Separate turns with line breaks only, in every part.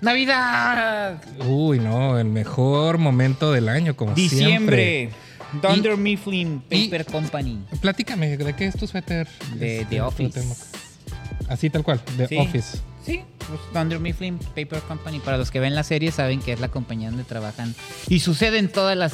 Navidad.
Uy, no, el mejor momento del año, como
Diciembre. Dunder
Y-
Mifflin
y-
Paper Company.
siempre. Platícame, ¿de qué es tu suéter?
De
Este,
The Office.
tu tema. Así tal cual, The
Sí.
Office.
Sí, pues, Thunder Mifflin Paper Company. Para los que ven la serie saben que es la compañía donde trabajan y suceden todas las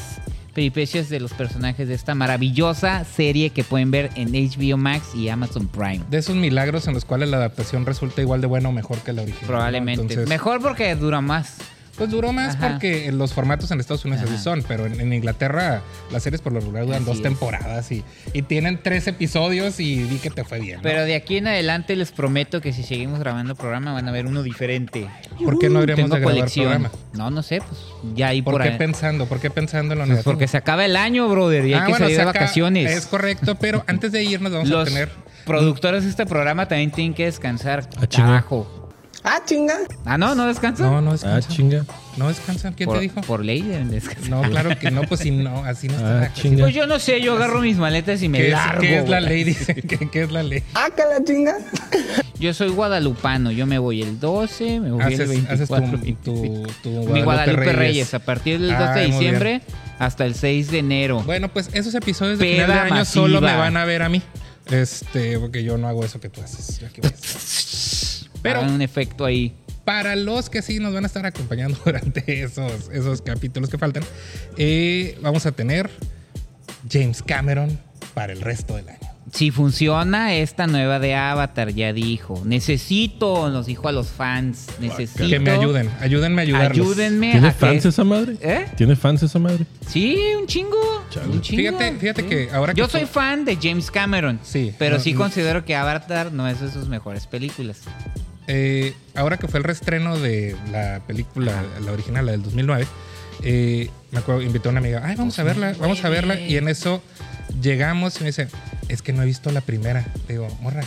peripecias de los personajes de esta maravillosa serie que pueden ver en HBO Max y Amazon Prime.
De esos milagros en los cuales la adaptación resulta igual de buena o mejor que la original. ¿no?
Probablemente.
Ah, Entonces,
Mejor porque dura más.
Pues duró más
Ajá.
porque los formatos en Estados Unidos así
Ajá.
son, pero en, en Inglaterra las series por lo regular duran
Así
dos
es.
temporadas y, y tienen tres episodios y vi que te fue bien. ¿no?
Pero de aquí en adelante les prometo que si seguimos grabando el programa van a ver uno diferente.
¿Por qué no deberíamos
Tengo
de grabar
colección.
programa?
No, no sé, pues ya ahí por,
¿Por qué
ahí.
pensando? ¿Por qué pensando en la
Pues
universidad?
porque se acaba el año, brother, y hay
Ah,
que
bueno,
salir
se
de
acaba-
vacaciones.
Es correcto, pero antes de irnos vamos
Los
a tener
productores de este programa también tienen que descansar.
Ah, chinga.
Carajo.
Ah, chinga.
Ah, no, no descansan.
No, no
Ah,
descansan.
chinga.
no descansan. ¿Quién
por,
te dijo?
Por ley deben descansar.
No, claro que no, pues si no, así no está.
Ah,
la-
chinga.
Pues yo no sé, yo agarro mis maletas y me
¿Qué es,
largo.
qué es la
güey.
ley? Dicen que qué es la ley.
Ah, que la chinga.
Yo soy guadalupano, yo me voy el 12, me voy el
Haces,
24.
haces tu,
25.
tu, tu
Mi Guadalupe Reyes. a partir del 2
Ah,
de
muy
diciembre
bien.
hasta el 6 de enero.
Bueno, pues esos episodios de
Peda
final de año solo me
masiva.
van a ver a mí. Este, porque yo no hago eso que tú haces. Yo aquí voy a hacer. pero-
Hagan un efecto ahí.
Para los que sí nos van a estar acompañando durante esos, esos capítulos que faltan, eh, vamos a tener James Cameron para el resto del año.
Si funciona esta nueva de Avatar, ya dijo. Necesito, nos dijo a los fans, necesito.
Ah, Que me ayuden, ayúdenme a ayudarlos.
Ayúdenme
¿Tiene
a
fans
que-
esa madre?
¿Eh?
¿Tiene fans esa madre?
Sí, un chingo.
Chale.
Un chingo.
Fíjate- fíjate
sí.
que ahora que
Yo
fue-
soy fan de James Cameron.
Sí,
Pero
no,
sí
no.
considero que Avatar no es de sus mejores películas.
Eh, ahora que fue el reestreno de la película, la original, la del 2009, eh, me acuerdo, invitó a una amiga, ay, vamos a verla, vamos a verla. Y en eso llegamos y me dice, es que no he visto la primera. Le digo, morra,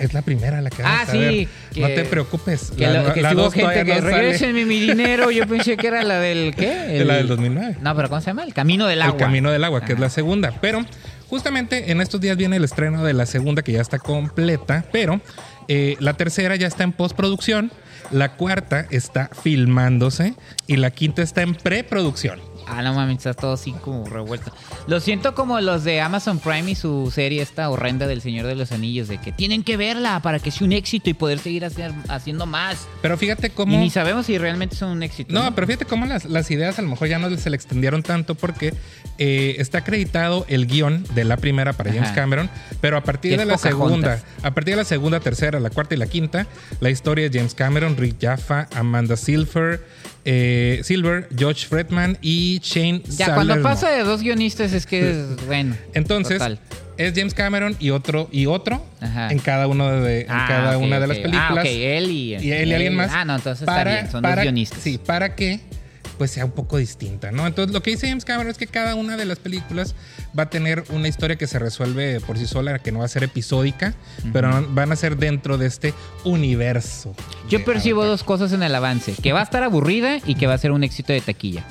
es la primera la que
Ah,
vamos a
sí,
ver.
que-
no te preocupes.
Que, lo- que si hubo
dos
gente
todavía
que
no sale".
regresenme mi dinero. Yo pensé que era la del ¿qué?
De la del 2009.
No, pero ¿cómo se llama? El Camino del Agua.
El Camino del Agua, que es
Ajá.
la segunda. Pero justamente en estos días viene el estreno de la segunda, que ya está completa. Pero eh, la tercera ya está en postproducción. La cuarta está filmándose. Y la quinta está en preproducción.
Ah, no mames, está todo así como revuelto. Lo siento como los de Amazon Prime y su serie esta horrenda del Señor de los Anillos, de que tienen que verla para que sea un éxito y poder seguir hacer- haciendo más.
Pero fíjate
Y
cómo.
ni sabemos si realmente son un éxito.
No, pero fíjate cómo las, las ideas a lo mejor ya no se le extendieron tanto porque eh, está acreditado el guión de la primera para James
Ajá.
Cameron, pero a
Y
partir
es
de la segunda,
Pocahontas.
a partir de la segunda, tercera, la cuarta y la quinta, la historia de James Cameron, Rick Jaffa, Amanda Silver, eh, Silver, George Fredman y Shane
Ya
Salerno.
cuando pasa de dos guionistas es que es bueno.
Entonces,
total.
es James Cameron y otro y otro
Ajá.
en cada uno de en
Ah,
cada
ok,
una de
ok.
las películas.
Ah, ok, él y,
y él y alguien más.
Ah, no, entonces está bien, son dos guionistas.
Sí, para que pues sea un poco distinta, ¿no? Entonces lo que dice James Cameron es que cada una de las películas va a tener una historia que se resuelve por sí sola, que no va a ser episódica, pero van a ser dentro de este universo.
Yo
de
percibo
Avatar.
dos cosas en el avance, que va a estar aburrida y que va a ser un éxito de taquilla.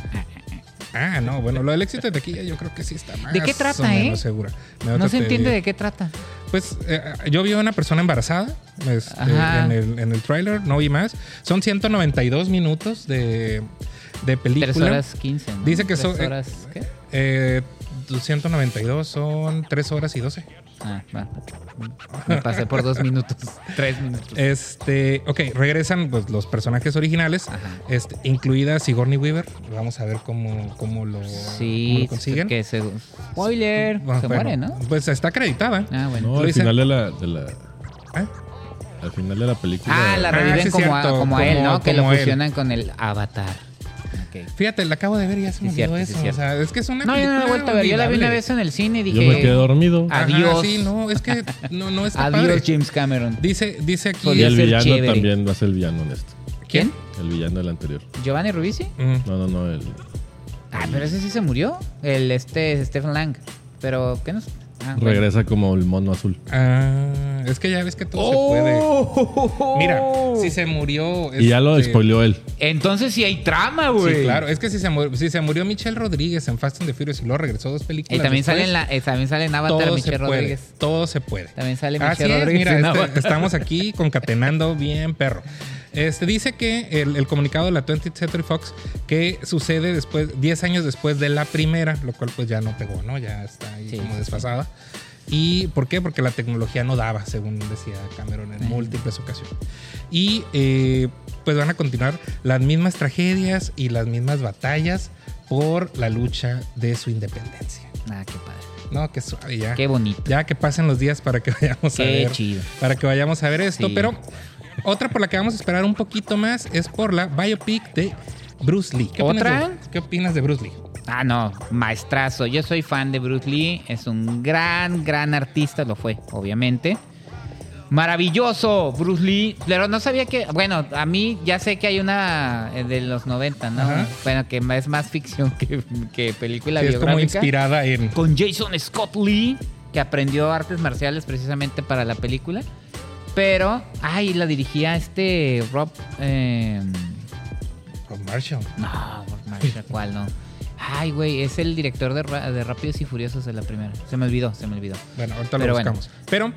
Ah, no, bueno, lo del éxito de taquilla yo creo que sí está más
¿De qué trata,
o menos
eh?
segura.
No se entiende
de
de qué trata.
Pues eh, yo vi a una persona embarazada este,
Ajá.
en el, en el tráiler, no vi más. Son 192 minutos de, de película.
Tres horas quince. ¿no?
Dice que
Tres
son- eh,
horas, ¿qué?
Eh, 192 son 3 horas y 12.
Ah, va. Me pasé por dos minutos. Tres minutos.
Este, ok, regresan pues, los personajes originales,
Ajá.
este, incluida Sigourney Weaver. Vamos a ver cómo, cómo lo, cómo
Sí,
lo consiguen.
que se... Spoiler.
Bueno,
se
bueno,
muere, ¿no?
Pues está acreditada.
Ah, bueno.
No,
Lo
al
dice-
final de la, de la.
¿Eh?
Al final de la película.
Ah, la
sí,
reviven
es
como, a,
cierto,
como a él,
como-
¿no? Que lo
como él.
fusionan con el avatar. Ok.
Fíjate, la acabo de ver y ya se me
Sí, cierto,
olvidó
sí,
eso. o
cierto.
sea, es que es una
No, yo no la he
película
vuelto a ver. Yo la vi una
olvidable.
vez en el cine y
Yo
dije.
me quedé dormido.
Ah,
Ajá,
Adiós.
sí, no, es que no, no está
Adiós,
padre.
James Cameron.
Dice, dice
y
aquí.
podría
el
ser
villano
chévere.
también va a ser el villano en este.
¿Quién?
El villano del anterior.
¿Giovanni Ribisi?
Mm.
No, no, no. El,
Ah, pero ese sí se murió. El este Stephen Lang. Pero, ¿qué nos.? Ah, bueno.
regresa como el mono azul.
Ah, es que ya ves que todo
Oh.
se puede. Mira, si se murió.
Y ya lo
este,
spoileó él.
Entonces sí hay trama,
Sí,
güey.
claro. Es que si se, murió, si se murió Michelle Rodríguez en Fast and the Furious y luego regresó dos
Y
películas.
también
después,
sale, en la, eh, también sale en Avatar
todo
Michelle
se puede,
Rodríguez.
Todo se puede.
También sale
Así
Michelle
es,
Rodríguez. en
mira, este,
Avatar.
estamos aquí concatenando bien, perro. Este, dice que el, el comunicado de la 20th Century Fox que sucede después, 10 años después de la primera, lo cual pues ya no pegó, ¿no? Ya está ahí
Sí,
como
sí,
desfasada. ¿Y por qué? Porque la tecnología no daba, según decía Cameron en
Ajá.
múltiples ocasiones. Y eh, pues van a continuar las mismas tragedias y las mismas batallas por la lucha de su independencia.
Ah, qué padre.
No, que suave ya.
Qué bonito.
Ya que pasen los días para que vayamos a
Qué
ver
chido.
para que vayamos a ver esto.
Sí.
Pero otra por la que vamos a esperar un poquito más es por la biopic de Bruce Lee. opinas
¿Otra?
de- ¿Qué opinas de Bruce Lee?
Ah, no, maestrazo. Yo soy fan de Bruce Lee. Es un gran, gran artista, lo fue, obviamente. Maravilloso, Bruce Lee. Pero no sabía que. Bueno, a mí ya sé que hay una eh, de los 90, ¿no?
Ajá.
Bueno, que es más ficción que, que película
Sí, es como
biográfica.
inspirada en.
con Jason Scott Lee, que aprendió artes marciales precisamente para la película. Pero, ay, la dirigía este Rob. eh,
Con Marshall.
no, Marshall, ¿cuál no? Ay, güey, es el director de, Ra- de Rápidos y Furiosos de la primera. Se me olvidó, se me olvidó.
Bueno, ahorita
Pero
lo
bueno.
buscamos. Pero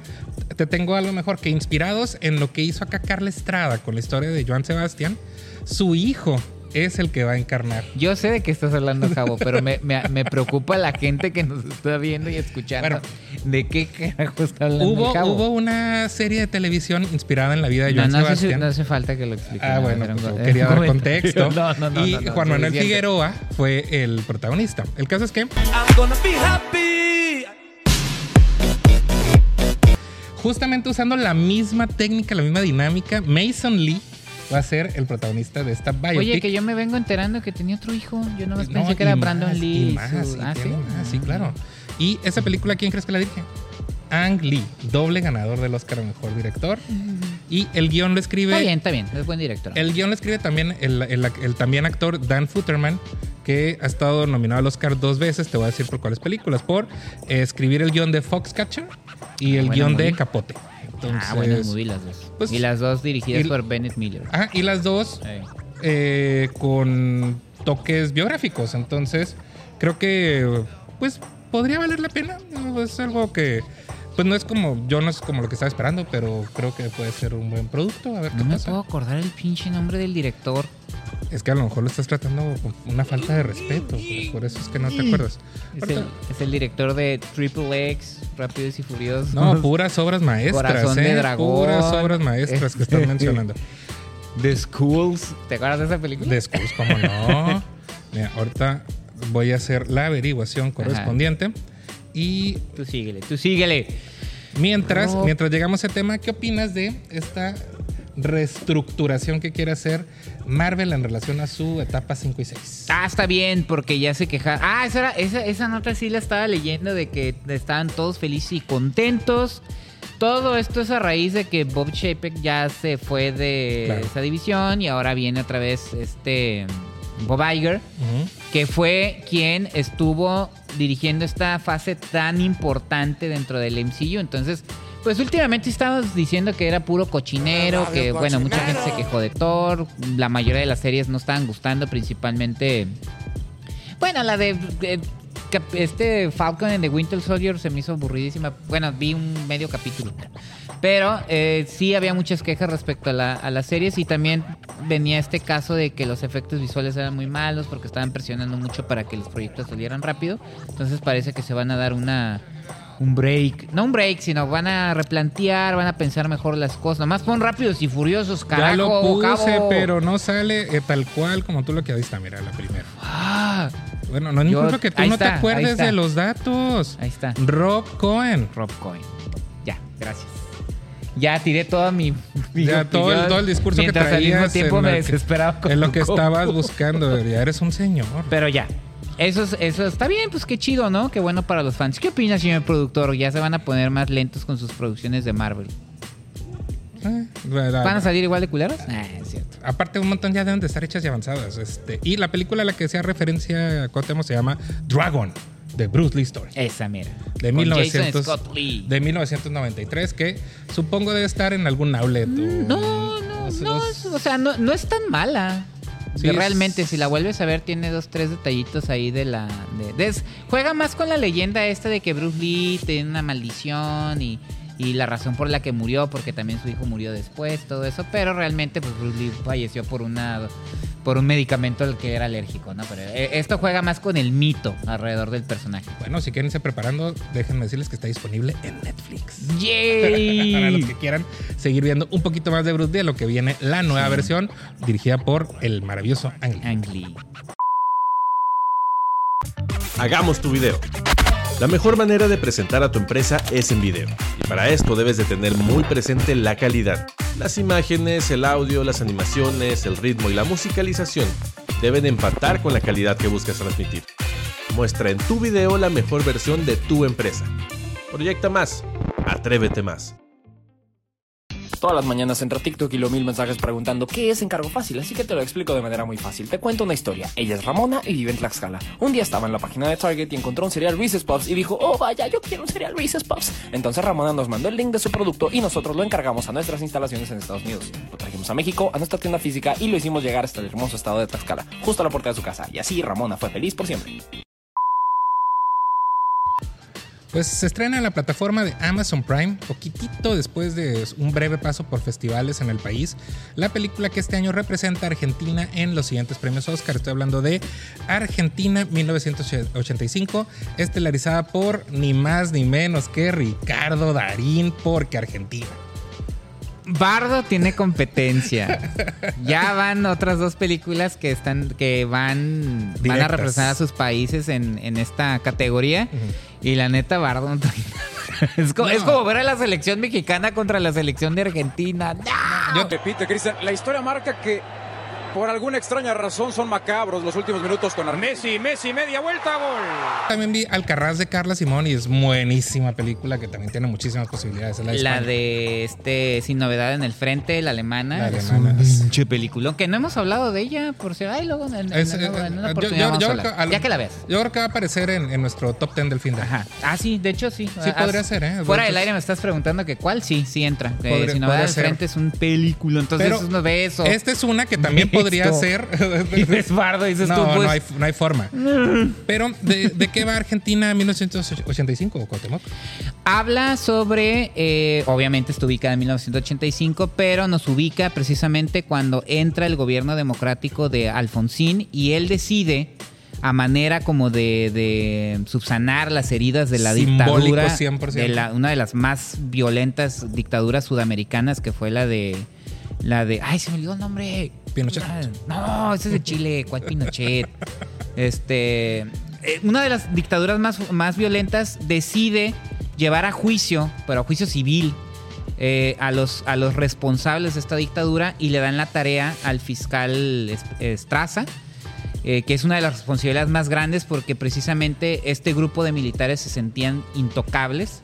te tengo algo mejor que inspirados en lo que hizo acá Carla Estrada con la historia de Joan Sebastián, su hijo es el que va a encarnar.
Yo sé de qué estás hablando, Javo, pero me, me- me preocupa la gente que nos está viendo y escuchando.
Bueno.
¿De qué carajo está hablando el
Hubo,
Javo?
hubo una serie de televisión inspirada en la vida de
No,
Joan
no hace,
Sebastián.
no hace falta que lo explique.
Ah,
no,
bueno,
pero-
pues, yo
eh,
quería dar
bueno.
contexto.
No, no, no,
y
no, no,
Juan Manuel
suficiente.
Figueroa fue el protagonista. El caso es que
I'm gonna be happy.
justamente usando la misma técnica, la misma dinámica, Mason Lee va a ser el protagonista de esta biopic.
Oye, que yo me vengo enterando que tenía otro hijo. Yo nomás
No,
pensé que
y
era Brandon
más, y
Lee. y
más,
su-
y
ah,
tiene más, sí,
Ah.
claro. Y esa película, ¿quién crees que la dirige? Ang Lee, doble ganador del Oscar a Mejor Director. Y el guión lo escribe...
Está bien, está bien. Es buen director.
El guión lo escribe también el, el- el también actor Dan Futterman, que ha estado nominado al Oscar dos veces, te voy a decir por cuáles películas, por eh, escribir el guión de Foxcatcher y el
Buena
guión de
movie.
Capote. Entonces,
ah, buenas movies las dos.
pues,
y las dos dirigidas
y-
por Bennett Miller.
ah, y las dos
Eh,
eh, con toques biográficos, entonces creo que pues podría valer la pena, No, es algo que... Pues no es como, yo no es como lo que estaba esperando, pero creo que puede ser un buen producto. A ver qué
No me
pasa.
puedo acordar el pinche nombre del director.
Es que a lo mejor lo estás tratando con una falta de respeto, pues, por eso es que no te acuerdas.
Es
Ahorita-
el, es el director de Triple X, Rápidos y Furiosos.
No, puras obras maestras,
Corazón
¿eh?
de dragón.
Puras obras maestras que estás mencionando.
The Schools. ¿Te acuerdas de esa película?
Después, cómo no. Mira, ahorita voy a hacer la averiguación correspondiente. Y
Tú síguele, tú síguele.
mientras,
No.
mientras llegamos a ese tema, ¿qué opinas de esta reestructuración que quiere hacer Marvel en relación a su etapa 5 y 6?
Ah, está bien, porque ya se quejaron. Ah, esa, era- esa, esa nota sí la estaba leyendo de que estaban todos felices y contentos. Todo esto es a raíz de que Bob Chapek ya se fue de
Claro.
esa división y ahora viene otra vez este Bob Iger,
Ujú.
que fue quien estuvo dirigiendo esta fase tan importante dentro del MCU. Entonces, pues últimamente estábamos diciendo que era puro cochinero, que bueno, mucha gente se quejó de Thor, la mayoría de las series no estaban gustando, principalmente... Bueno, la de... eh, cap- este Falcon en The Winter Soldier se me hizo aburridísima. Bueno, vi un medio capítulo. Pero eh, sí había muchas quejas respecto a, la- a las series y también venía este caso de que los efectos visuales eran muy malos porque estaban presionando mucho para que los proyectos salieran rápido. Entonces parece que se van a dar una un break. No un break, sino van a replantear, van a pensar mejor las cosas. Nomás pon rápidos y furiosos, carajo.
ya lo puse,
Javo.
pero no sale eh, tal cual como tú lo que ahí está, mira, la primera.
Ah,
Bueno, no es mi
Yo-
culpa que tú
ahí
no te
está, ahí
acuerdes
está.
de los datos.
ahí está.
Rob Cohen.
Rob Cohen. Ya, gracias. Ya tiré toda mi. mi
Ya, todo el-
opinión,
todo el discurso que
mientras Al mismo
traías
tiempo
en
me
la que-
desesperaba con
Es lo
tu
que
compu.
estabas buscando, ya eres un señor.
Pero ya. Eso, es- eso está bien, pues qué chido, ¿no? Qué bueno para los fans. ¿Qué opina, señor productor? Ya se van a poner más lentos con sus producciones de Marvel.
Eh, la-
¿Van a salir igual de culeros? Ah, es cierto.
Aparte, un montón ya deben de estar hechas y avanzadas. Este, y la película a la que hacía referencia Cotemo se llama Dragon, de Bruce Lee Story.
Esa, mira.
De,
Con
1900
Jason Scott Lee.
de 1993, que supongo debe estar en algún outlet. o-
Mm, No, no,
o-
no.
o-
es- O sea, no, no es tan mala.
Sí,
Que
es-
realmente, si la vuelves a ver, tiene dos, tres detallitos ahí de la. de- de- es- juega más con la leyenda esta de que Bruce Lee tiene una maldición y, y la razón por la que murió, porque también su hijo murió después, todo eso, pero realmente pues Bruce Lee falleció por una por un medicamento al que era alérgico, ¿no? Pero eh, esto juega más con el mito alrededor del personaje.
Bueno, si quieren irse preparando, déjenme decirles que está disponible en Netflix. Para los
¡Yay!
que quieran seguir viendo un poquito más de Bruce Lee, a lo que viene la nueva versión dirigida por el maravilloso Ang Lee.
Ang Lee.
Hagamos tu video. La mejor manera de presentar a tu empresa es en video. Y para esto debes de tener muy presente la calidad. Las imágenes, el audio, las animaciones, el ritmo y la musicalización deben empatar con la calidad que buscas transmitir. Muestra en tu video la mejor versión de tu empresa. Proyecta más. Atrévete más.
Todas las mañanas entra TikTok y lo mil mensajes preguntando qué es encargo fácil, así que te lo explico de manera muy fácil. Te cuento una historia. Ella es Ramona y vive en Tlaxcala. Un día estaba en la página de Target y encontró un cereal Reese's Puffs y dijo, oh vaya, yo quiero un cereal Reese's Puffs. Entonces Ramona nos mandó el link de su producto y nosotros lo encargamos a nuestras instalaciones en Estados Unidos. Lo trajimos a México, a nuestra tienda física y lo hicimos llegar hasta el hermoso estado de Tlaxcala, justo a la puerta de su casa. Y así Ramona fue feliz por siempre.
Pues se estrena en la plataforma de Amazon Prime, poquitito después de un breve paso por festivales en el país, la película que este año representa a Argentina en los siguientes premios Oscar. Estoy hablando de Argentina 1985, estelarizada por ni más ni menos que Ricardo Darín, porque Argentina.
Bardo tiene competencia. ya van otras dos películas que están que van, van a
Directas.
representar a sus países en, en esta categoría. Y la neta, Bardo no trae nada. es, como,
No.
es como ver a la selección mexicana contra la selección de Argentina. ¡No!
Yo-
Repite, Cristian, la historia marca que por alguna extraña razón son macabros los últimos minutos con Arnés. Messi, Messi, media vuelta, gol.
También vi Alcarraz de Carla Simón y es buenísima película que también tiene muchísimas posibilidades. Es la de
La
España.
de este Sin Novedad en el Frente, la alemana.
La
Ah, Es
alemana,
un
sí.
pinche peliculón que no hemos hablado de ella, por si. Ay, luego en, en- en
Es,
la-
eh,
en una
eh, yo-
oportunidad
yo-
vamos a
yo
hablar.
creo que al-
Ya que la veas.
Yo creo que va a aparecer en, en nuestro top 10 del fin de año.
Ajá. Ah, sí, de hecho sí. Ah,
Sí, podría ser, ¿eh?
Fuera del
Entonces-
aire me estás preguntando que cuál sí, sí entra. Que
Podría-
si no va
podría
al
ser.
frente es un película. Entonces
Pero
es uno de esos.
Esta Este es una que también
Listo.
podría ser.
Y ves bardo y dices
no,
tú, pues.
no, hay, no hay forma. Pero, ¿de, de qué va Argentina 1985 o Cuauhtémoc?
Habla sobre, eh, obviamente está ubicada en 1985, pero nos ubica precisamente cuando entra el gobierno democrático de Alfonsín y él decide a manera como de, de subsanar las heridas de la
Simbólico,
dictadura,
100%.
de la- una de las más violentas dictaduras sudamericanas que fue la de la de, ay, se me olvidó el nombre.
Pinochet.
Ah, No, ese es de Chile, ¿cuál Pinochet? Este, eh, una de las dictaduras más, más violentas decide llevar a juicio, pero a juicio civil, eh, a, los, a los responsables de esta dictadura y le dan la tarea al fiscal Es- Estraza, eh, que es una de las responsabilidades más grandes porque precisamente este grupo de militares se sentían intocables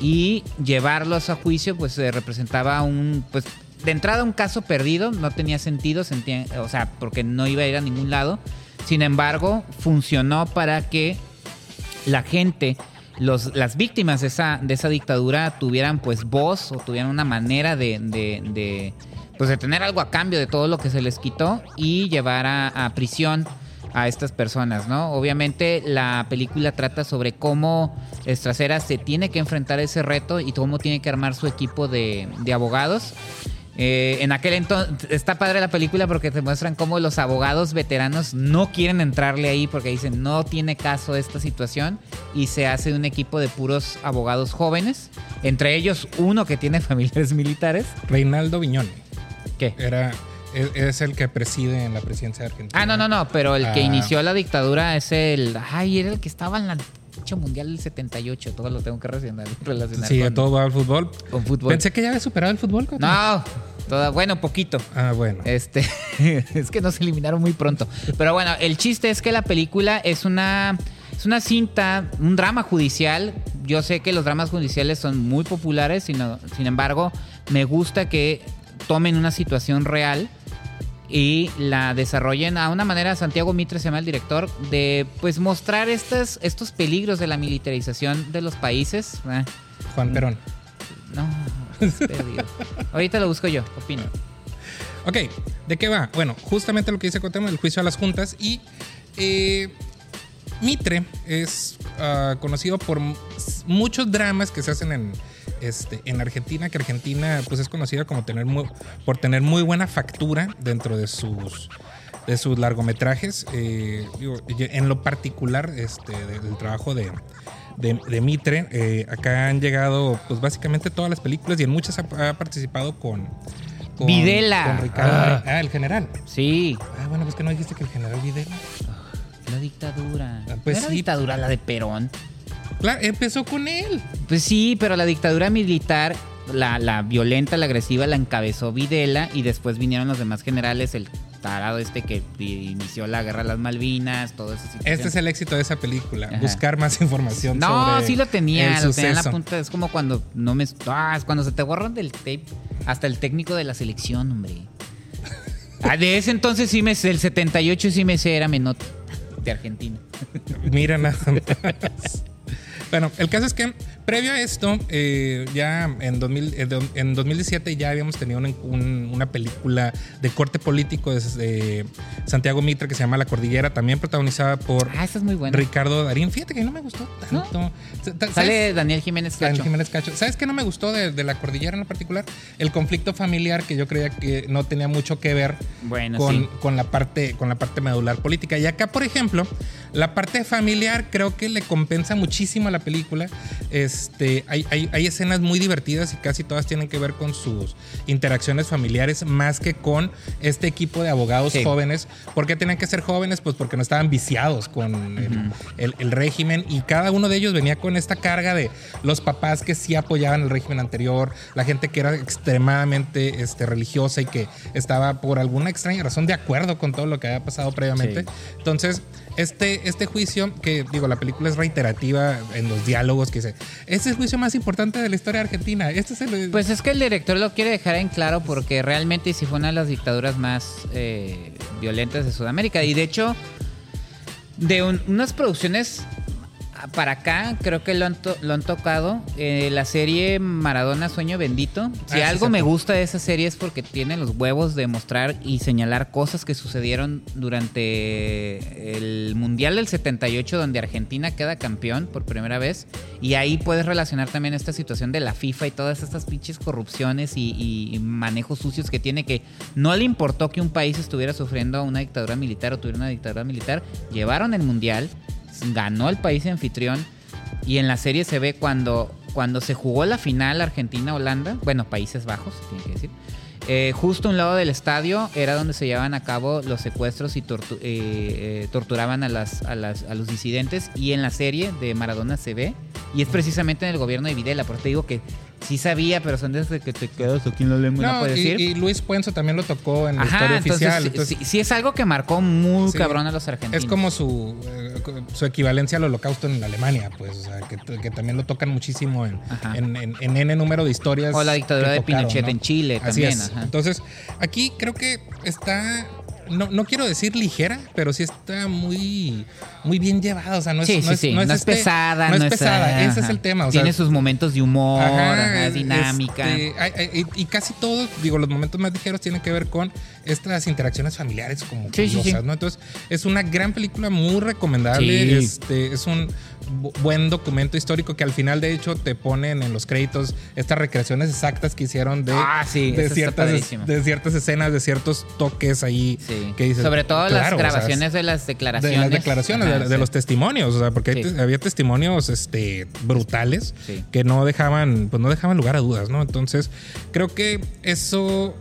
y llevarlos a juicio pues eh, representaba un pues de entrada un caso perdido no tenía sentido sentía- o sea porque no iba a ir a ningún lado sin embargo funcionó para que la gente los, las víctimas de esa, de esa dictadura tuvieran pues voz o tuvieran una manera de, de- de, pues de tener algo a cambio de todo lo que se les quitó y llevar a, a prisión a estas personas, ¿no? Obviamente la película trata sobre cómo Estracera se tiene que enfrentar a ese reto y cómo tiene que armar su equipo de, de abogados. Eh, en aquel entonces está padre la película porque te muestran cómo los abogados veteranos no quieren entrarle ahí porque dicen no tiene caso esta situación y se hace un equipo de puros abogados jóvenes, entre ellos uno que tiene familiares militares.
Reinaldo Viñón.
¿Qué?
Era, es, es el que preside en la presidencia de Argentina.
Ah, no, no, no, pero el que
Ah.
inició la dictadura es el... Ay, era el que estaba en la pinche mundial del 78, todo lo tengo que relacionar, relacionar
Sí,
con,
todo va al fútbol.
con fútbol.
Pensé que ya había superado el fútbol. Cuauhtémoc.
No, toda, bueno, poquito.
Ah, bueno.
Este, es que nos eliminaron muy pronto. Pero bueno, el chiste es que la película es una, es una cinta, un drama judicial. Yo sé que los dramas judiciales son muy populares, sino- sin embargo, me gusta que tomen una situación real y la desarrollen a una manera, Santiago Mitre se llama el director, de pues mostrar estas, estos peligros de la militarización de los países. Ah,
Juan Perón.
no, es perdido. Ahorita lo busco yo, opino.
Ok, ¿de qué va? Bueno, justamente lo que dice Cotemo, el juicio a las juntas y eh, Mitre es ah, conocido por m- muchos dramas que se hacen en, este, en Argentina, que Argentina pues es conocida como tener muy- por tener muy buena factura dentro de sus de sus largometrajes. Eh, digo, y en lo particular, este, de- del trabajo de, de, de Mitre, eh, acá han llegado pues básicamente todas las películas y en muchas ha, ha participado con, con
Videla.
con Ricardo. Ah. el general.
Sí,
Ah, bueno, pues que no dijiste que el general Videla.
la dictadura.
Ah, pues
¿No era
sí.
dictadura la de Perón.
Claro, empezó con él.
Pues sí, pero la dictadura militar, la, la violenta, la agresiva, la encabezó Videla y después vinieron los demás generales, el tarado este que i- inició la guerra de las Malvinas, todo eso.
Este es el éxito de esa película.
Ajá.
Buscar más información.
No,
sobre
sí lo tenía,
el
lo tenía en la
suceso.
punta. Es como cuando no me. Ah, es cuando se te borran del tape. Hasta el técnico de la selección, hombre. Ah, de ese entonces sí me. El 78 sí me sé, era menote de Argentina.
Mira nada más. Bueno, el caso es que previo a esto, eh, ya en, 2000, eh, do- en 2017 ya habíamos tenido un- un- una película de corte político de Santiago Mitre que se llama La Cordillera, también protagonizada por
Ah, esa es muy buena.
Ricardo Darín. Fíjate que no me gustó tanto. Sa- ta- ¿sabes?
Sale Daniel Jiménez
Daniel
Cacho.
Jiménez Cacho. ¿Sabes qué no me gustó de, de La Cordillera en lo particular? El conflicto familiar que yo creía que no tenía mucho que ver
Bueno,
con,
sí.
con la parte, con la parte medular política. Y acá, por ejemplo, la parte familiar creo que le compensa muchísimo a la película. Este, hay, hay- hay escenas muy divertidas y casi todas tienen que ver con sus interacciones familiares más que con este equipo de abogados
Sí.
jóvenes. ¿Por qué tenían que ser jóvenes? Pues porque no estaban viciados con el, el- el régimen y cada uno de ellos venía con esta carga de los papás que sí apoyaban el régimen anterior, la gente que era extremadamente este, religiosa y que estaba por alguna extraña razón de acuerdo con todo lo que había pasado previamente.
Sí.
Entonces, este, este juicio, que digo, la película es reiterativa en los diálogos que dice, este es el juicio más importante de la historia argentina. Este es el...
Pues es que el director lo quiere dejar en claro porque realmente sí fue una de las dictaduras más eh, violentas de Sudamérica. Y de hecho, de un- unas producciones para acá, creo que lo han, to- lo han tocado. Eh, la serie Maradona Sueño Bendito. Si
Ah, sí,
algo
sí.
me gusta de esa serie es porque tiene los huevos de mostrar y señalar cosas que sucedieron durante el Mundial del 78, donde Argentina queda campeón por primera vez. Y ahí puedes relacionar también esta situación de la FIFA y todas estas pinches corrupciones y, y- y manejos sucios que tiene que no le importó que un país estuviera sufriendo una dictadura militar o tuviera una dictadura militar. Llevaron el Mundial, ganó el país anfitrión y en la serie se ve cuando, cuando se jugó la final Argentina-Holanda, bueno, Países Bajos, se tiene que decir. eh, justo a un lado del estadio era donde se llevaban a cabo los secuestros y tortu- eh, eh, torturaban a, las, a, las- a los disidentes. Y en la serie de Maradona se ve, y es precisamente en el gobierno de Videla. Por eso te digo que sí sabía, pero son desde que te quedas aquí en la lengua, no,
No,
puedes
y,
ir.
y Luis Puenzo también lo tocó en la
Ajá,
historia
entonces,
oficial.
sí-
entonces-
sí, sí es algo que marcó muy
Sí.
cabrón a los argentinos.
Es como su, eh, co- su equivalencia al holocausto en Alemania, pues, o sea, que, t- que también lo tocan muchísimo en,
Ajá.
en, en- en N número de historias.
O la dictadura
que
de
tocaron,
Pinochet
¿no?
en Chile
Así
también,
es.
ajá.
Entonces, aquí creo que está, no, no quiero decir ligera, pero sí está muy, muy bien llevada. O sea, no es,
sí,
no
sí,
es-
sí.
no es este-
pesada,
No es pesada, ese es
ajá.
el tema. O sea,
Tiene sus momentos de humor, ajá, es
es-
dinámica.
este, ay, ay, y, y casi todos, digo, los momentos más ligeros tienen que ver con estas interacciones familiares como
Sí, sí, sí.
curiosas, ¿no? Entonces, es una gran película muy recomendable.
Sí.
Este, es un bu- buen documento histórico que al final, de hecho, te ponen en los créditos estas recreaciones exactas que hicieron de,
Ah, sí, eso
de,
está
ciertas,
padrísimo.
de ciertas escenas, de ciertos toques ahí
Sí.
que dices,
Sobre todo
claro,
las
o sea,
grabaciones de las
de
declaraciones.
las declaraciones,
Ajá,
de, de
sí.
los testimonios, o sea, porque hay
Sí.
te- había testimonios este, brutales
Sí.
que no dejaban, pues no dejaban lugar a dudas, ¿no? Entonces, creo que eso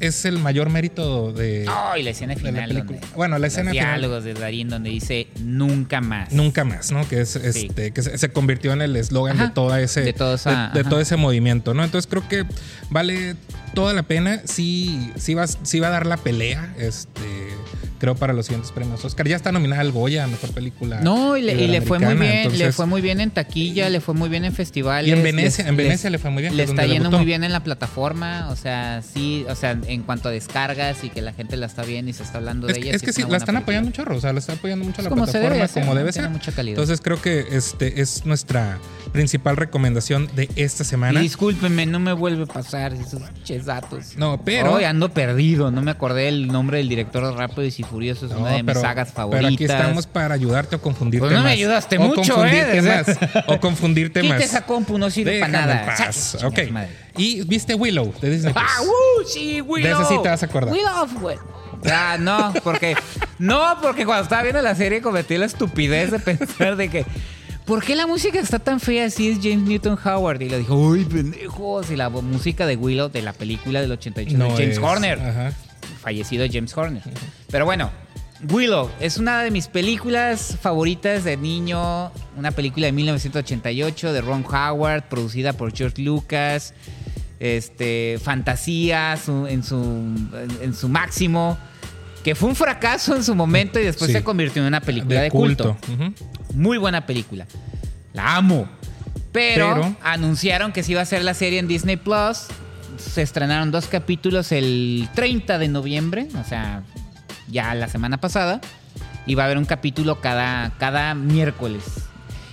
es el mayor mérito de,
No, y la escena
de
final.
la película.
donde-
Bueno, la escena
los
final,
diálogos de Darín donde dice nunca más.
Nunca más, ¿no? Que es este, que se se convirtió en el eslogan
Ajá.
de todo ese
De todo esa-
de- de
ajá.
todo ese movimiento, ¿no? Entonces creo que vale toda la pena. Sí, sí va, sí va a dar la pelea, este, creo, para los siguientes premios Oscar. Ya está nominada al Goya, a mejor película.
No, y le, y le fue muy bien,
iberoamericana,
le
entonces-
fue muy bien en taquilla, le fue muy bien en festivales.
Y en Venecia,
les-
en
les-
Venecia le fue muy bien.
Le
es
está
donde
yendo
debutó.
muy bien en la plataforma, o sea, sí, o sea, en cuanto a descargas y que la gente la está viendo y se está hablando
Es,
de
que-
ella.
es que
es
sí,
una
la
buena
están
película.
apoyando mucho, o sea, la está apoyando mucho la
Como se
plataforma
debe hacer,
como
¿no?
debe
Tiene
ser.
mucha calidad.
Entonces creo que este es nuestra principal recomendación de esta
Y
semana.
discúlpeme, no me vuelve a pasar esos pinches datos.
No, pero
Hoy ando perdido, no me acordé el nombre del director rápido y si Furiosos,
No,
una de mis
pero-
sagas favoritas.
Pero aquí estamos para ayudarte o confundirte
Pues no me
más.
ayudaste
o
mucho,
confundirte
¿eh?
más. O confundirte
Quita
más.
esa compu, no sirve para
Déjame
nada.
en paz.
Sáquense,
Ok.
chingas madre.
Y viste Willow de Disney Plus.
¡Ah, uh, sí, Willow!
De esa sí te vas a acordar.
Willow, güey. Ah, no, porque... No, porque cuando estaba viendo la serie cometí la estupidez de pensar de que... ¿Por qué la música está tan fea si es James Newton Howard? Y le dijo, ¡uy, pendejos! Y la bo- música de Willow de la película del 88 de James
es-
Horner.
Ajá.
Fallecido James Horner. Pero bueno, Willow es una de mis películas favoritas de niño. Una película de 1988 de Ron Howard, producida por George Lucas este, fantasía su- en, su, en, en su máximo, que fue un fracaso en su momento y después
Sí.
se convirtió en una película de, culto.
Ujú.
Muy buena película. La amo. Pero,
Pero-
anunciaron que se iba a hacer la serie en Disney Plus. Se estrenaron dos capítulos el 30 de noviembre, o sea, ya la semana pasada. Y va a haber un capítulo cada, cada miércoles.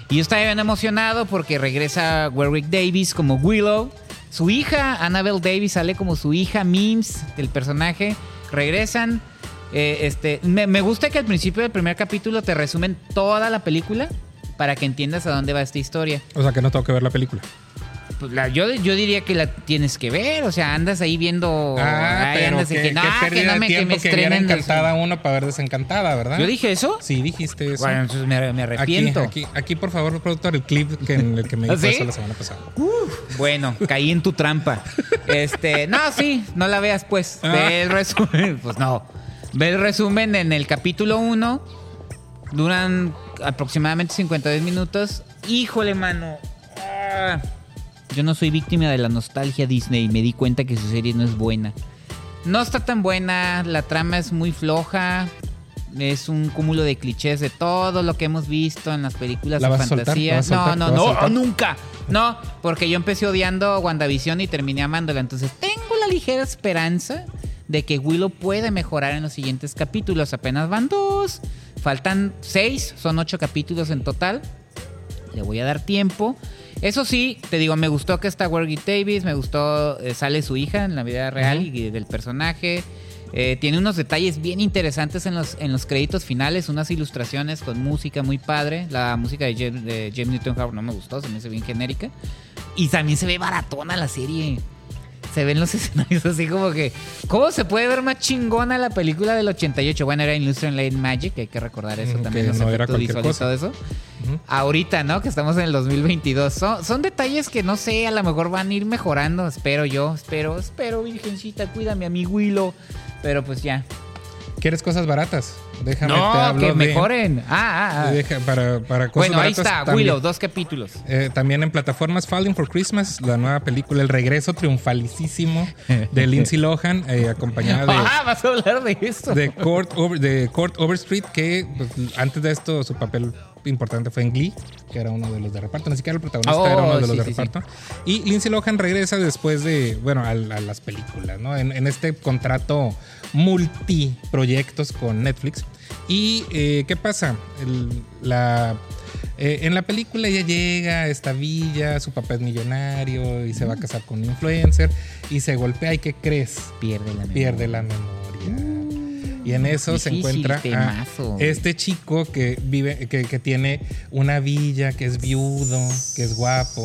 Y yo estaba bien emocionado porque regresa Warwick Davis como Willow. Su hija, Annabelle Davis, sale como su hija, Mims, del personaje. Regresan. Eh, este, me, me gusta que al principio del primer capítulo te resumen toda la película para que entiendas a dónde va esta historia.
O sea que no tengo que ver la película.
Pues la- yo, yo diría que la tienes que ver, o sea, andas ahí viendo.
Ah,
ay, andas de que, no, que no me, que me
viera
estrenen.
encantada uno para ver desencantada, ¿verdad?
¿Yo dije eso?
Sí, dijiste eso.
Bueno, entonces me, me
aquí,
arrepiento.
aquí, aquí, por favor, productor, el clip que, en el que me dijo
¿Sí?
eso la semana pasada.
Bueno, caí en tu trampa. Este, no, sí, no la veas pues. Ve el resumen, pues no. Ve el resumen en el capítulo 1. Duran aproximadamente 52 minutos. Híjole, mano. Ah. Yo no soy víctima de la nostalgia Disney y me di cuenta que su serie no es buena. No está tan buena, la trama es muy floja. Es un cúmulo de clichés de todo lo que hemos visto en las películas
¿La
de
vas a soltar?
fantasía.
¿La vas a soltar?
no,
¿La
no,
vas a
no,
soltar?
nunca. No, porque yo empecé odiando WandaVision y terminé amándola. Entonces tengo la ligera esperanza de que Willow puede mejorar en los siguientes capítulos. Apenas van dos. Faltan seis, son ocho capítulos en total. Le voy a dar tiempo. Eso sí, te digo, me gustó que está Warwick Davis, me gustó, eh, sale su hija en la vida real y del personaje. Eh, tiene unos detalles bien interesantes en los, en los créditos finales, unas ilustraciones con música muy padre. La música de James, de James Newton Howard no me gustó, se me hizo bien genérica. Y también se ve baratona la serie. Se ven los escenarios así como que... ¿Cómo se puede ver más chingona la película del 88? Bueno, era Illusion Light Magic, hay que recordar eso
Mm,
también.
que
los
no era
efectos
cualquier
visuales y todo eso. Ahorita, ¿no? Que estamos en el 2022. Son, son detalles que no sé, a lo mejor van a ir mejorando. Espero yo, espero, espero, virgencita, cuídame a mi Willow. Pero pues ya.
¿Quieres cosas baratas? Déjame te
no,
hablo
que
de-
mejoren. Ah, ah, ah.
deja- para, para cosas
Bueno, ahí
baratas
está,
también.
Willow, dos capítulos.
Eh, también en plataformas Falling for Christmas, la nueva película, el regreso triunfalicísimo de Lindsay Lohan, eh, acompañada
Ah, vas a hablar de eso.
de, de, Court Over- de Court Overstreet, que pues, antes de esto su papel importante fue en Glee, que era uno de los de reparto, ni siquiera el protagonista
Oh,
era uno de los
sí,
de
sí, sí.
reparto. Y Lindsay Lohan regresa después de, bueno, a, a las películas, ¿no? En, en este contrato multiproyectos con Netflix. ¿Y eh, qué pasa? El- la, eh, en la película ella llega a esta villa, su papá es millonario y se va a casar con un influencer y se golpea. ¿Y qué crees?
Pierde la memoria.
Pierde la memoria. Y en eso se
Difícil
encuentra a
temazo.
este chico que vive, que, que tiene una villa, que es viudo, que es guapo,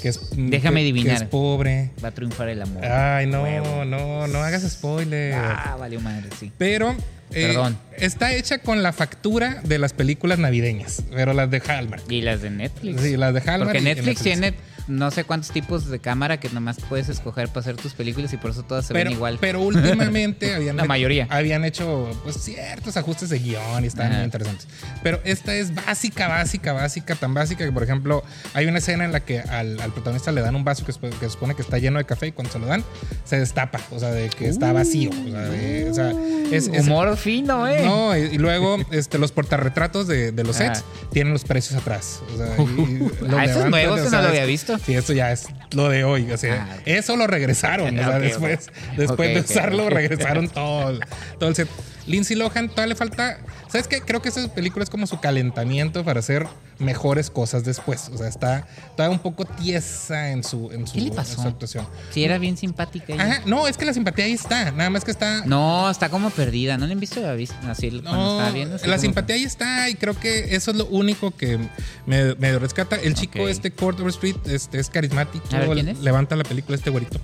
que es, mm,
Déjame
que- que
adivinar.
es pobre.
Va a triunfar el amor.
Ay, no, no, no hagas spoiler.
Ah, valió madre, sí.
Pero eh,
Perdón.
está hecha con la factura de las películas navideñas, pero las de Hallmark.
Y las de Netflix.
Sí, las de Hallmark.
Porque
y- y
Netflix tiene no sé cuántos tipos de cámara que nomás puedes escoger para hacer tus películas y por eso todas se
pero,
ven igual.
Pero últimamente habían,
La mayoría.
habían hecho pues, ciertos ajustes de guión y estaban
Ajá.
muy interesantes. Pero esta es básica, básica, básica, tan básica que, por ejemplo, hay una escena en la que al, al protagonista le dan un vaso que, sup- que supone que está lleno de café y cuando se lo dan, se destapa, o sea, de que está vacío. O sea, de- o sea, es, es-
Humor fino, ¿eh?
No, y, y luego este, los portarretratos de, de los sets
Ajá.
tienen los precios atrás. O sea, y- y los
Ah, eso es
levantan,
nuevo,
o
eso
sea,
no lo
es-
había visto.
Sí, eso ya es lo de hoy. O sea,
Ah, ok.
eso lo regresaron. o sea,
Ok, ok.
después, después
Ok,
de
ok.
usarlo, regresaron todo. Todo el set. Lindsay Lohan, todavía le falta. ¿Sabes qué? Creo que esta película es como su calentamiento para ser mejores cosas después. O sea, está, está un poco tiesa en su, en su,
¿Qué le
en
pasó?
su actuación.
Sí, era bien simpática ella.
Ajá, no, es que la simpatía ahí está. Nada más que está.
No, está como perdida. ¿No la han visto la vis- así cuando
No,
estaba viendo? Así
la
como-
simpatía ahí está y creo que eso es lo único que me, me rescata. El chico
Ok.
este, Court Overstreet, este, es carismático.
A ver, ¿quién es?
Levanta la película este güerito.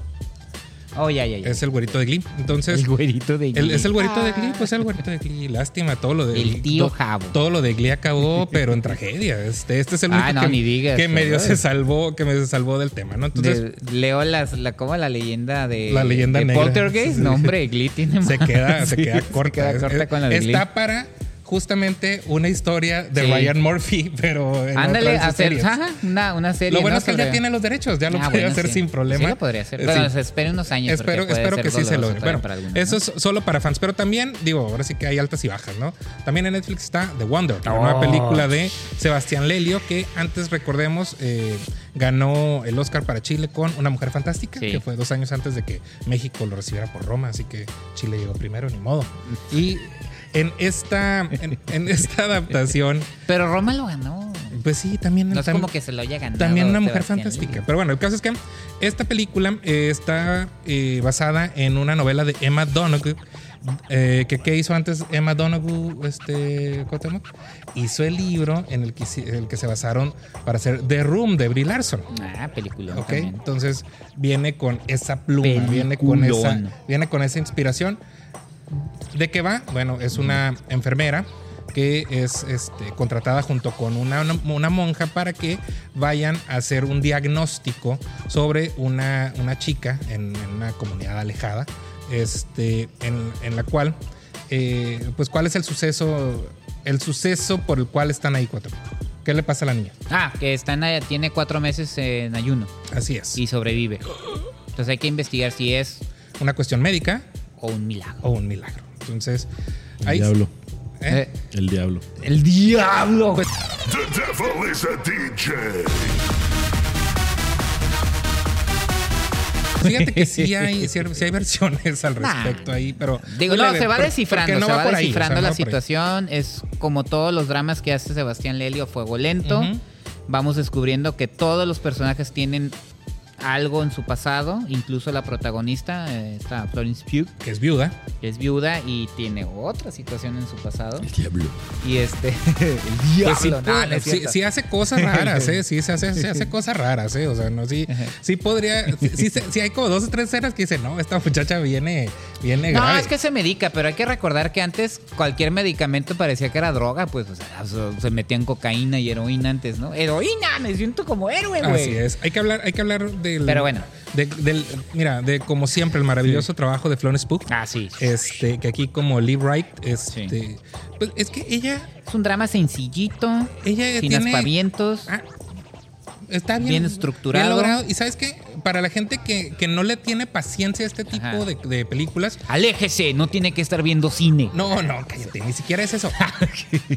Oh, ya, ya, ya.
Es el güerito de Glee. Entonces,
el güerito de
el-
Glee. Ah.
es el güerito de Glee, pues es el güerito de Glee. Lástima, todo lo de
El tío
to-
Jabo.
Todo lo de Glee acabó, pero en tragedia. Este, este es el
Ah,
único
no,
que,
ni digas,
que medio
¿verdad?
se salvó, que medio se salvó del tema, ¿no? Entonces,
De- leo las, la, como la leyenda de,
La leyenda
de
negra.
Poltergeist. No, hombre, Glee tiene
se
más.
queda, se
Sí,
queda corta.
queda corta
Es-
con la de Glee.
está para justamente una historia de
Sí.
Ryan Murphy, pero en
Ándale,
otra de sus
hacer
series.
ajá, una, una serie.
Lo bueno
¿no?
es que él ya
Sobre-
tiene los derechos, ya lo
Ah,
puede
bueno,
hacer
sí.
sin problema.
Sí, lo podría hacer.
Eh,
Pero
sí.
se espera unos años. porque
Espero,
puede
espero
ser
que sí se
doloroso
logre.
todavía
Bueno,
para algunos,
eso
¿no?
es solo para fans. Pero también, digo, ahora sí que hay altas y bajas, ¿no? También en Netflix está The Wonder, la nueva película de Sebastián Lelio, que antes recordemos eh, ganó el Oscar para Chile con Una Mujer Fantástica,
Sí.
que fue dos años antes de que México lo recibiera por Roma, así que Chile llegó primero, ni modo. Y en esta, en, en esta adaptación,
Pero Roma lo ganó.
pues sí, también.
No es
también-
como que se lo haya ganado.
también una mujer
Sebastián
fantástica.
Lelio.
Pero bueno, el caso es que esta película eh, está eh, basada en una novela de Emma Donoghue. eh, que qué hizo antes Emma Donoghue, este, ¿cómo se llama? Hizo el libro en el que, hici- el que se basaron para hacer The Room de Brie Larson.
Ah, película.
Ok,
también.
entonces viene con esa pluma, viene con esa,
Peliculón.
viene con esa inspiración. ¿De qué va? Bueno, es una enfermera que es este, contratada junto con una, una, una monja para que vayan a hacer un diagnóstico sobre una, una chica en, en una comunidad alejada, este, en, en la cual, eh, pues, ¿cuál es el suceso, el suceso por el cual están ahí cuatro? ¿Qué le pasa a la niña?
Ah, que está en, allá, tiene cuatro meses en ayuno
Así es.
y sobrevive. Entonces hay que investigar si es
Una cuestión médica
o un milagro.
o un milagro. Entonces,
El
ahí.
diablo.
¿eh? Pues
Eh,
El diablo.
el diablo.
The devil is a DJ.
Fíjate que sí hay, sí hay- sí hay versiones al
Nah.
respecto ahí, pero.
Digo,
Oye,
no,
ve,
se va
¿por-
descifrando,
porque no
se va,
por ahí, o sea,
descifrando
no
la
va por ahí.
situación. Es como todos los dramas que hace Sebastián Lelio, Fuego Lento.
Ujú.
Vamos descubriendo que todos los personajes tienen algo en su pasado, incluso la protagonista, eh, esta Florence Pugh,
Que es viuda.
que es viuda y tiene otra situación en su pasado.
El diablo.
Y este, el diablo,
Pues sí,
no,
puede-
no es
sí-
cierto.
sí hace cosas raras, ¿eh? Sí, se hace, se hace cosas raras, ¿eh? O sea, no, sí, sí podría. Sí, sí se- sí hay como dos o tres escenas que dicen, no, esta muchacha viene, viene
No,
grave.
es que se medica, pero hay que recordar que antes cualquier medicamento parecía que era droga, pues o sea, se- se metían cocaína y heroína antes, ¿no? Heroína, me siento como héroe, güey.
Así es. Hay que hablar, hay que hablar del.
Pero bueno.
de- del, mira, de como siempre, el maravilloso trabajo de Florence Pugh.
Ah, sí. Es,
Este, que aquí como Lee Wright, este, pues es que ella,
un drama sencillito,
ella
sin
Eh, tiene,
aspavientos.
Ah, está bien,
Bien estructurado.
bien logrado. Y sabes que para la gente que, que no le tiene paciencia a este tipo
Ajá.
de, de películas,
Aléjese, no tiene que estar viendo cine.
no, no, cállate, ni siquiera es eso.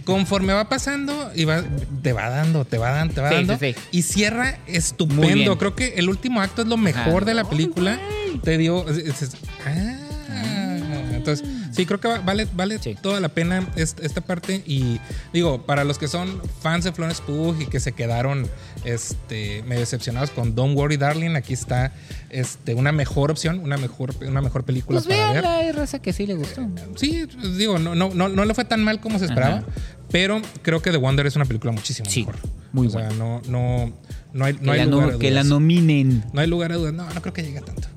Conforme va pasando y va, te va dando, te va dando, te va
Sí,
dando.
sí, sí.
Y cierra
Muy
estupendo.
bien.
Creo que el último acto es lo mejor
Ajá. Oh,
de la película. Te dio. dices, ah. Entonces, sí, creo que va- vale, vale
Sí.
toda la pena est- esta parte. Y digo, para los que son fans de Florence Pugh y que se quedaron este, medio decepcionados con Don't Worry Darling, aquí está este, una mejor opción, una mejor, una mejor película
Pues
para ver.
vean la raza que sí le gustó.
Sí, digo, no, no, no, no le fue tan mal como se esperaba,
Ajá.
pero creo que The Wonder es una película muchísimo
Sí,
mejor.
muy
o sea,
buena.
no, no, no hay, no
que,
hay
la no-
lugar a
que la
dudas.
nominen.
No hay lugar a dudas. No, no creo que llegue a tanto.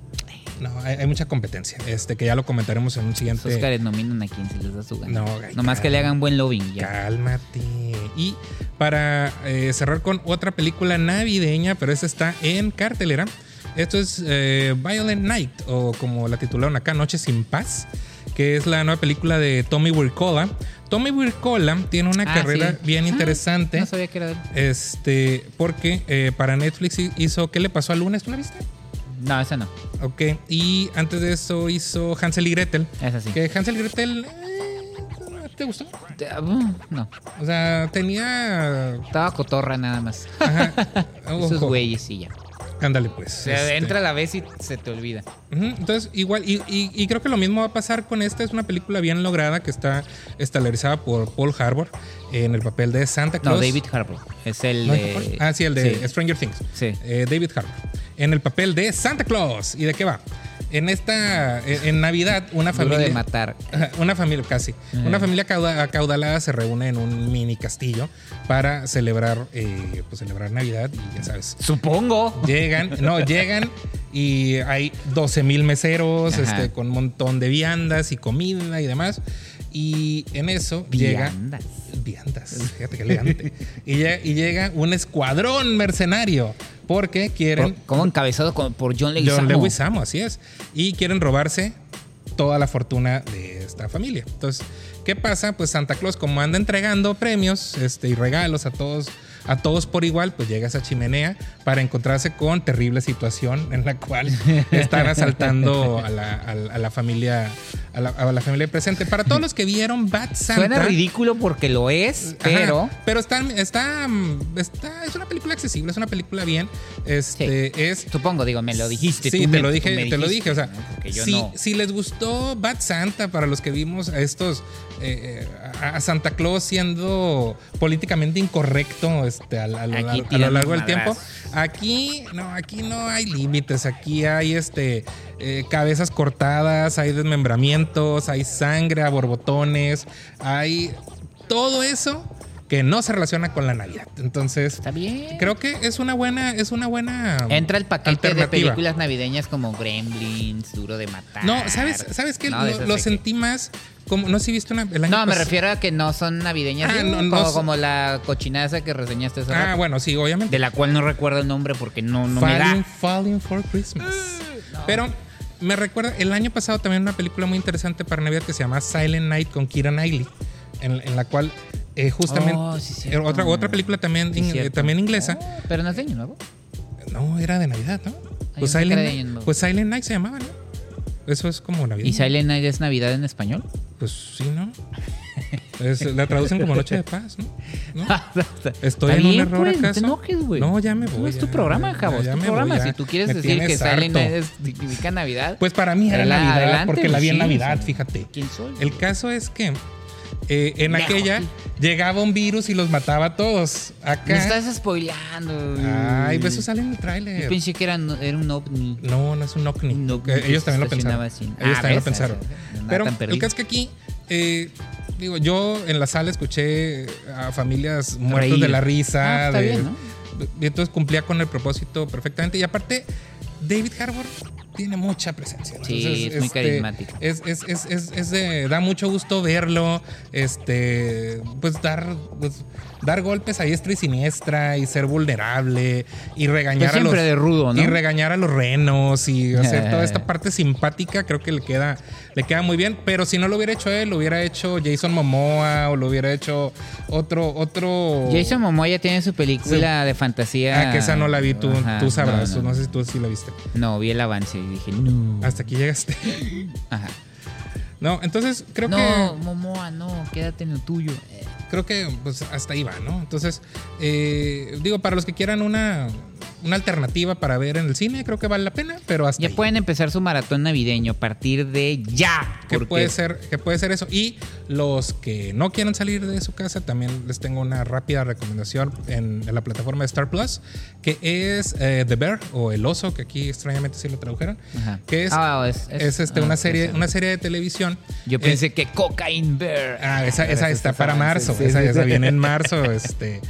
No, hay, hay mucha competencia. Este, que ya lo comentaremos en un
Los
siguiente.
Óscares nominan a quien se les da su gana.
No, ay,
Nomás que le hagan buen lobbying ya.
Cálmate. Y para eh, cerrar con otra película navideña, pero esta está en cartelera. Esto es eh, Violent Night, o como la titularon acá, Noche sin Paz, que es la nueva película de Tommy Wirkola. Tommy Wirkola tiene una
Ah,
carrera
sí.
bien
Ah,
interesante.
No sabía que era de él.
Este, porque eh, para Netflix hizo ¿Qué le pasó al lunes? ¿Tú la viste?
No, esa no.
Ok. Y antes de eso hizo Hansel y Gretel.
Esa Ah, sí.
Que Hansel y Gretel. eh, ¿Te gustó?
Ah, mm, No.
O sea, tenía
Estaba cotorra nada más.
Ajá.
Esos
Ojo.
güeyes y ya.
Ándale, pues.
O sea,
Oh. este.
entra a la vez y se te olvida.
Ujú, Entonces, igual, y, y- y creo que lo mismo va a pasar con esta. Es una película bien lograda que está estelarizada por Paul Harbour en el papel de Santa
No,
Claus.
David Harbour. Es el
¿No es Paul?
de.
Ah, sí, el de
Sí.
Stranger Things.
Sí.
Eh, David Harbour. En el papel de Santa Claus. ¿Y de qué va? En esta. eh, En, en Navidad, una
Duro
familia.
de matar. Mm.
Ajá, Una familia, casi. Una familia acauda- acaudalada se reúne en un mini castillo para celebrar, eh, pues celebrar Navidad y ya sabes.
Supongo.
Llegan, no, llegan y hay 12 mil meseros
Ajá.
este, con un montón de viandas y comida y demás. Y en eso llega.
Viandas.
Viandas, fíjate que elegante. y, llega, y llega un escuadrón mercenario porque quieren.
Por- como encabezado con- por John Leguizamo.
John Leguizamo, así es. Y quieren robarse toda la fortuna de esta familia. Entonces, ¿qué pasa? Pues Santa Claus, como anda entregando premios este, y regalos a todos, a todos por igual, pues llega a esa chimenea para encontrarse con terrible situación en la cual están asaltando a la, a la- a la familia a la, a la familia presente. Para todos los que vieron Bad Santa...
Suena ridículo porque lo es,
Ajá,
pero.
pero está, está, está- es una película accesible, es una película bien. Este, Es
Supongo, digo, me lo dijiste.
Sí,
tú
te
me-
lo
tú
dije,
me
te lo dije.
dijiste,
O sea,
¿no? Porque yo
si,
no.
si les gustó Bad Santa, para los que vimos a estos, eh, eh, a, a Santa Claus siendo políticamente incorrecto este, a, a lo- a lo-
Aquí
a lo
tirando
largo del tiempo,
madrazos.
aquí no, aquí no hay límites, aquí hay este eh, cabezas cortadas, hay desmembramientos, hay sangre a borbotones, hay todo eso que no se relaciona con la Navidad. Entonces,
Está bien.
creo que es una buena, es una buena
Entra el paquete de
alternativa.
películas navideñas como Gremlins, Duro de Matar.
No, ¿sabes, ¿sabes qué?
No, de
lo
esas
lo
de que-
sentí más como. No sé si viste una. el año
No, me
pas-
refiero a que no son navideñas,
Ah,
digo,
no, no
como,
son-
como la cochinada esa que reseñaste hace
Ah,
rato,
bueno, sí, obviamente.
de la cual no recuerdo el nombre porque no, no me
Falling,
da.
Falling for Christmas. Pero me recuerda. El año pasado también una película muy interesante para Navidad que se llama Silent Night con Kira Knightley. En, en la cual. eh, justamente
Oh, sí,
eh,
cierto.
otra, otra película también,
Sí,
in- eh,
cierto.
también inglesa
Oh, pero no es de año nuevo.
no era de Navidad ¿no? Pues
pensé que
Silent,
era de Año
Night-
Nuevo.
pues Silent Night se llamaba ¿no? eso es como Navidad
¿Y Silent Night es Navidad en español?
pues sí ¿no? Es- la traducen como Noche de Paz ¿no? ¿No? Estoy
Está
en un
bien,
error,
pues, No
¿acaso?
te enojes, güey.
No, ya me
No,
voy,
Es tu
ya,
programa,
ya,
Javo. Es
ya
tu
me
programa.
voy, ya.
Si tú quieres
Me
decir que
tienes
Silent
harto.
Night es- significa Navidad.
Pues para mí era
Adela-
Navidad,
adelante,
porque la vi en
sí,
Navidad,
sí.
fíjate.
¿Quién soy?
El caso es que eh, en
Lejos.
aquella llegaba un virus y los mataba a todos. Acá.
Me estás spoileando. güey.
Ay, pues eso sale en el
Yo
tráiler.
pensé que era, era un ovni.
No, no es un ovni.
Un ovni
Eh, ellos
que
también lo
estacionaba
pensaron.
así.
Ellos
Ah,
también
¿ves?
lo pensaron.
Eso, no
Pero
tan
el
perdido.
caso es que aquí, eh, digo, yo en la sala escuché a familias muertas
Reír.
de la risa.
Ah, está
de-
bien, ¿no?
Y entonces cumplía con el propósito perfectamente. Y aparte, David Harbour tiene mucha presencia.
Sí,
Entonces, este,
es muy carismático.
Es, es- es- es- es de- da mucho gusto verlo. Este, pues dar, pues, dar golpes a diestra y siniestra y ser vulnerable y regañar a los.
Pues siempre de rudo, ¿no?
Y regañar a los renos y hacer toda
Eh.
esta parte simpática, creo que le queda, le queda muy bien. Pero si no lo hubiera hecho él, lo hubiera hecho Jason Momoa o lo hubiera hecho otro, otro.
Jason Momoa ya tiene su película de fantasía.
Ah, que esa no la vi, tú,
Ajá,
tú sabrás.
No,
No,
no,
sé si tú sí la viste.
No, vi el avance y dije, no.
Hasta aquí llegaste.
Ajá.
No, entonces creo
No,
que
Momoa, no, quédate en lo tuyo. Eh,
creo que pues hasta ahí va, ¿no? Entonces, eh, digo, para los que quieran una, una alternativa para ver en el cine, creo que vale la pena, pero hasta
Ya
ahí.
pueden empezar su maratón navideño a partir de ya.
que
porque-
puede ser que puede ser eso y los que no quieran salir de su casa también les tengo una rápida recomendación en, en la plataforma de Star Plus que es eh, The Bear o El Oso que aquí extrañamente sí lo tradujeron
Ajá.
que es,
Ah, es-
es,
es-
este,
ah,
una
ok,
serie
sí.
una serie de televisión
Yo
Eh,
pensé que Cocaine Bear.
Ah, esa, esa está para marzo. esa, esa viene en marzo. Este.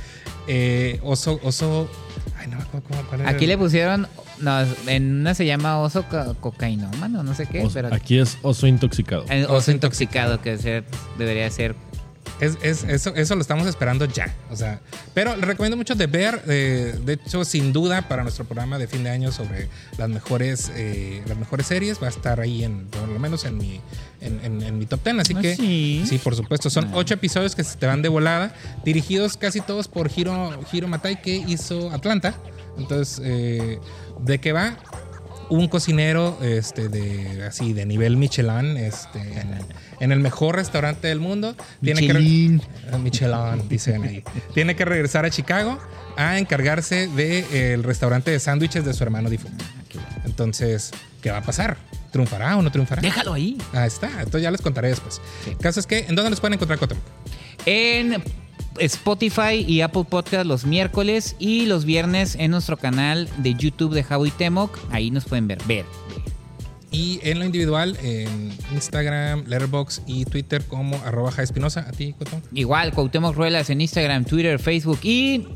eh, oso, oso. Ay, no me acuerdo cómo- cuál era.
Aquí
el-
le pusieron. No, en una se llama oso co- cocainómano, no sé qué,
Oso-
pero.
Aquí es oso intoxicado.
eh, Oso,
Oso
intoxicado, que ser- debería ser.
Es, es- eso, eso lo estamos esperando ya. O sea, pero le recomiendo mucho de ver. eh, de hecho, sin duda, para nuestro programa de fin de año sobre las mejores, eh, las mejores series, va a estar ahí en, por lo menos en mi, en, en- en mi top ten. Así
Ah,
que
sí.
por supuesto. Son ocho episodios que se te van de volada, dirigidos casi todos por Hiro, Hiro Matai, que hizo Atlanta. Entonces, eh, ¿de qué va? un cocinero este, de así de nivel Michelin este, en, en el mejor restaurante del mundo. Tiene que re-
Michelin.
Eh, Michelin, dicen ahí. Tiene que regresar a Chicago a encargarse del restaurante de sándwiches de su hermano difunto. Entonces, ¿qué va a pasar? ¿Triunfará o no triunfará?
Déjalo ahí.
Ahí está. Entonces ya les contaré después.
Sí.
Caso es que, ¿en dónde les pueden encontrar Cotem?
En Spotify y Apple Podcast los miércoles y los viernes en nuestro canal de YouTube de Javo y Temoc. Ahí nos pueden ver. Ver.
Y en lo individual, en Instagram, Letterboxd y Twitter como arroba Jai Espinosa. A ti, Cotem.
Igual, Cuauhtémoc Ruelas en Instagram, Twitter, Facebook y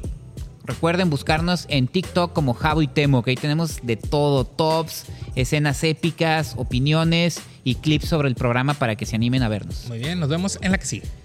recuerden buscarnos en TikTok como Javo y Temo, que ahí tenemos de todo, tops, escenas épicas, opiniones y clips sobre el programa para que se animen a vernos.
Muy bien, nos vemos en la que sigue.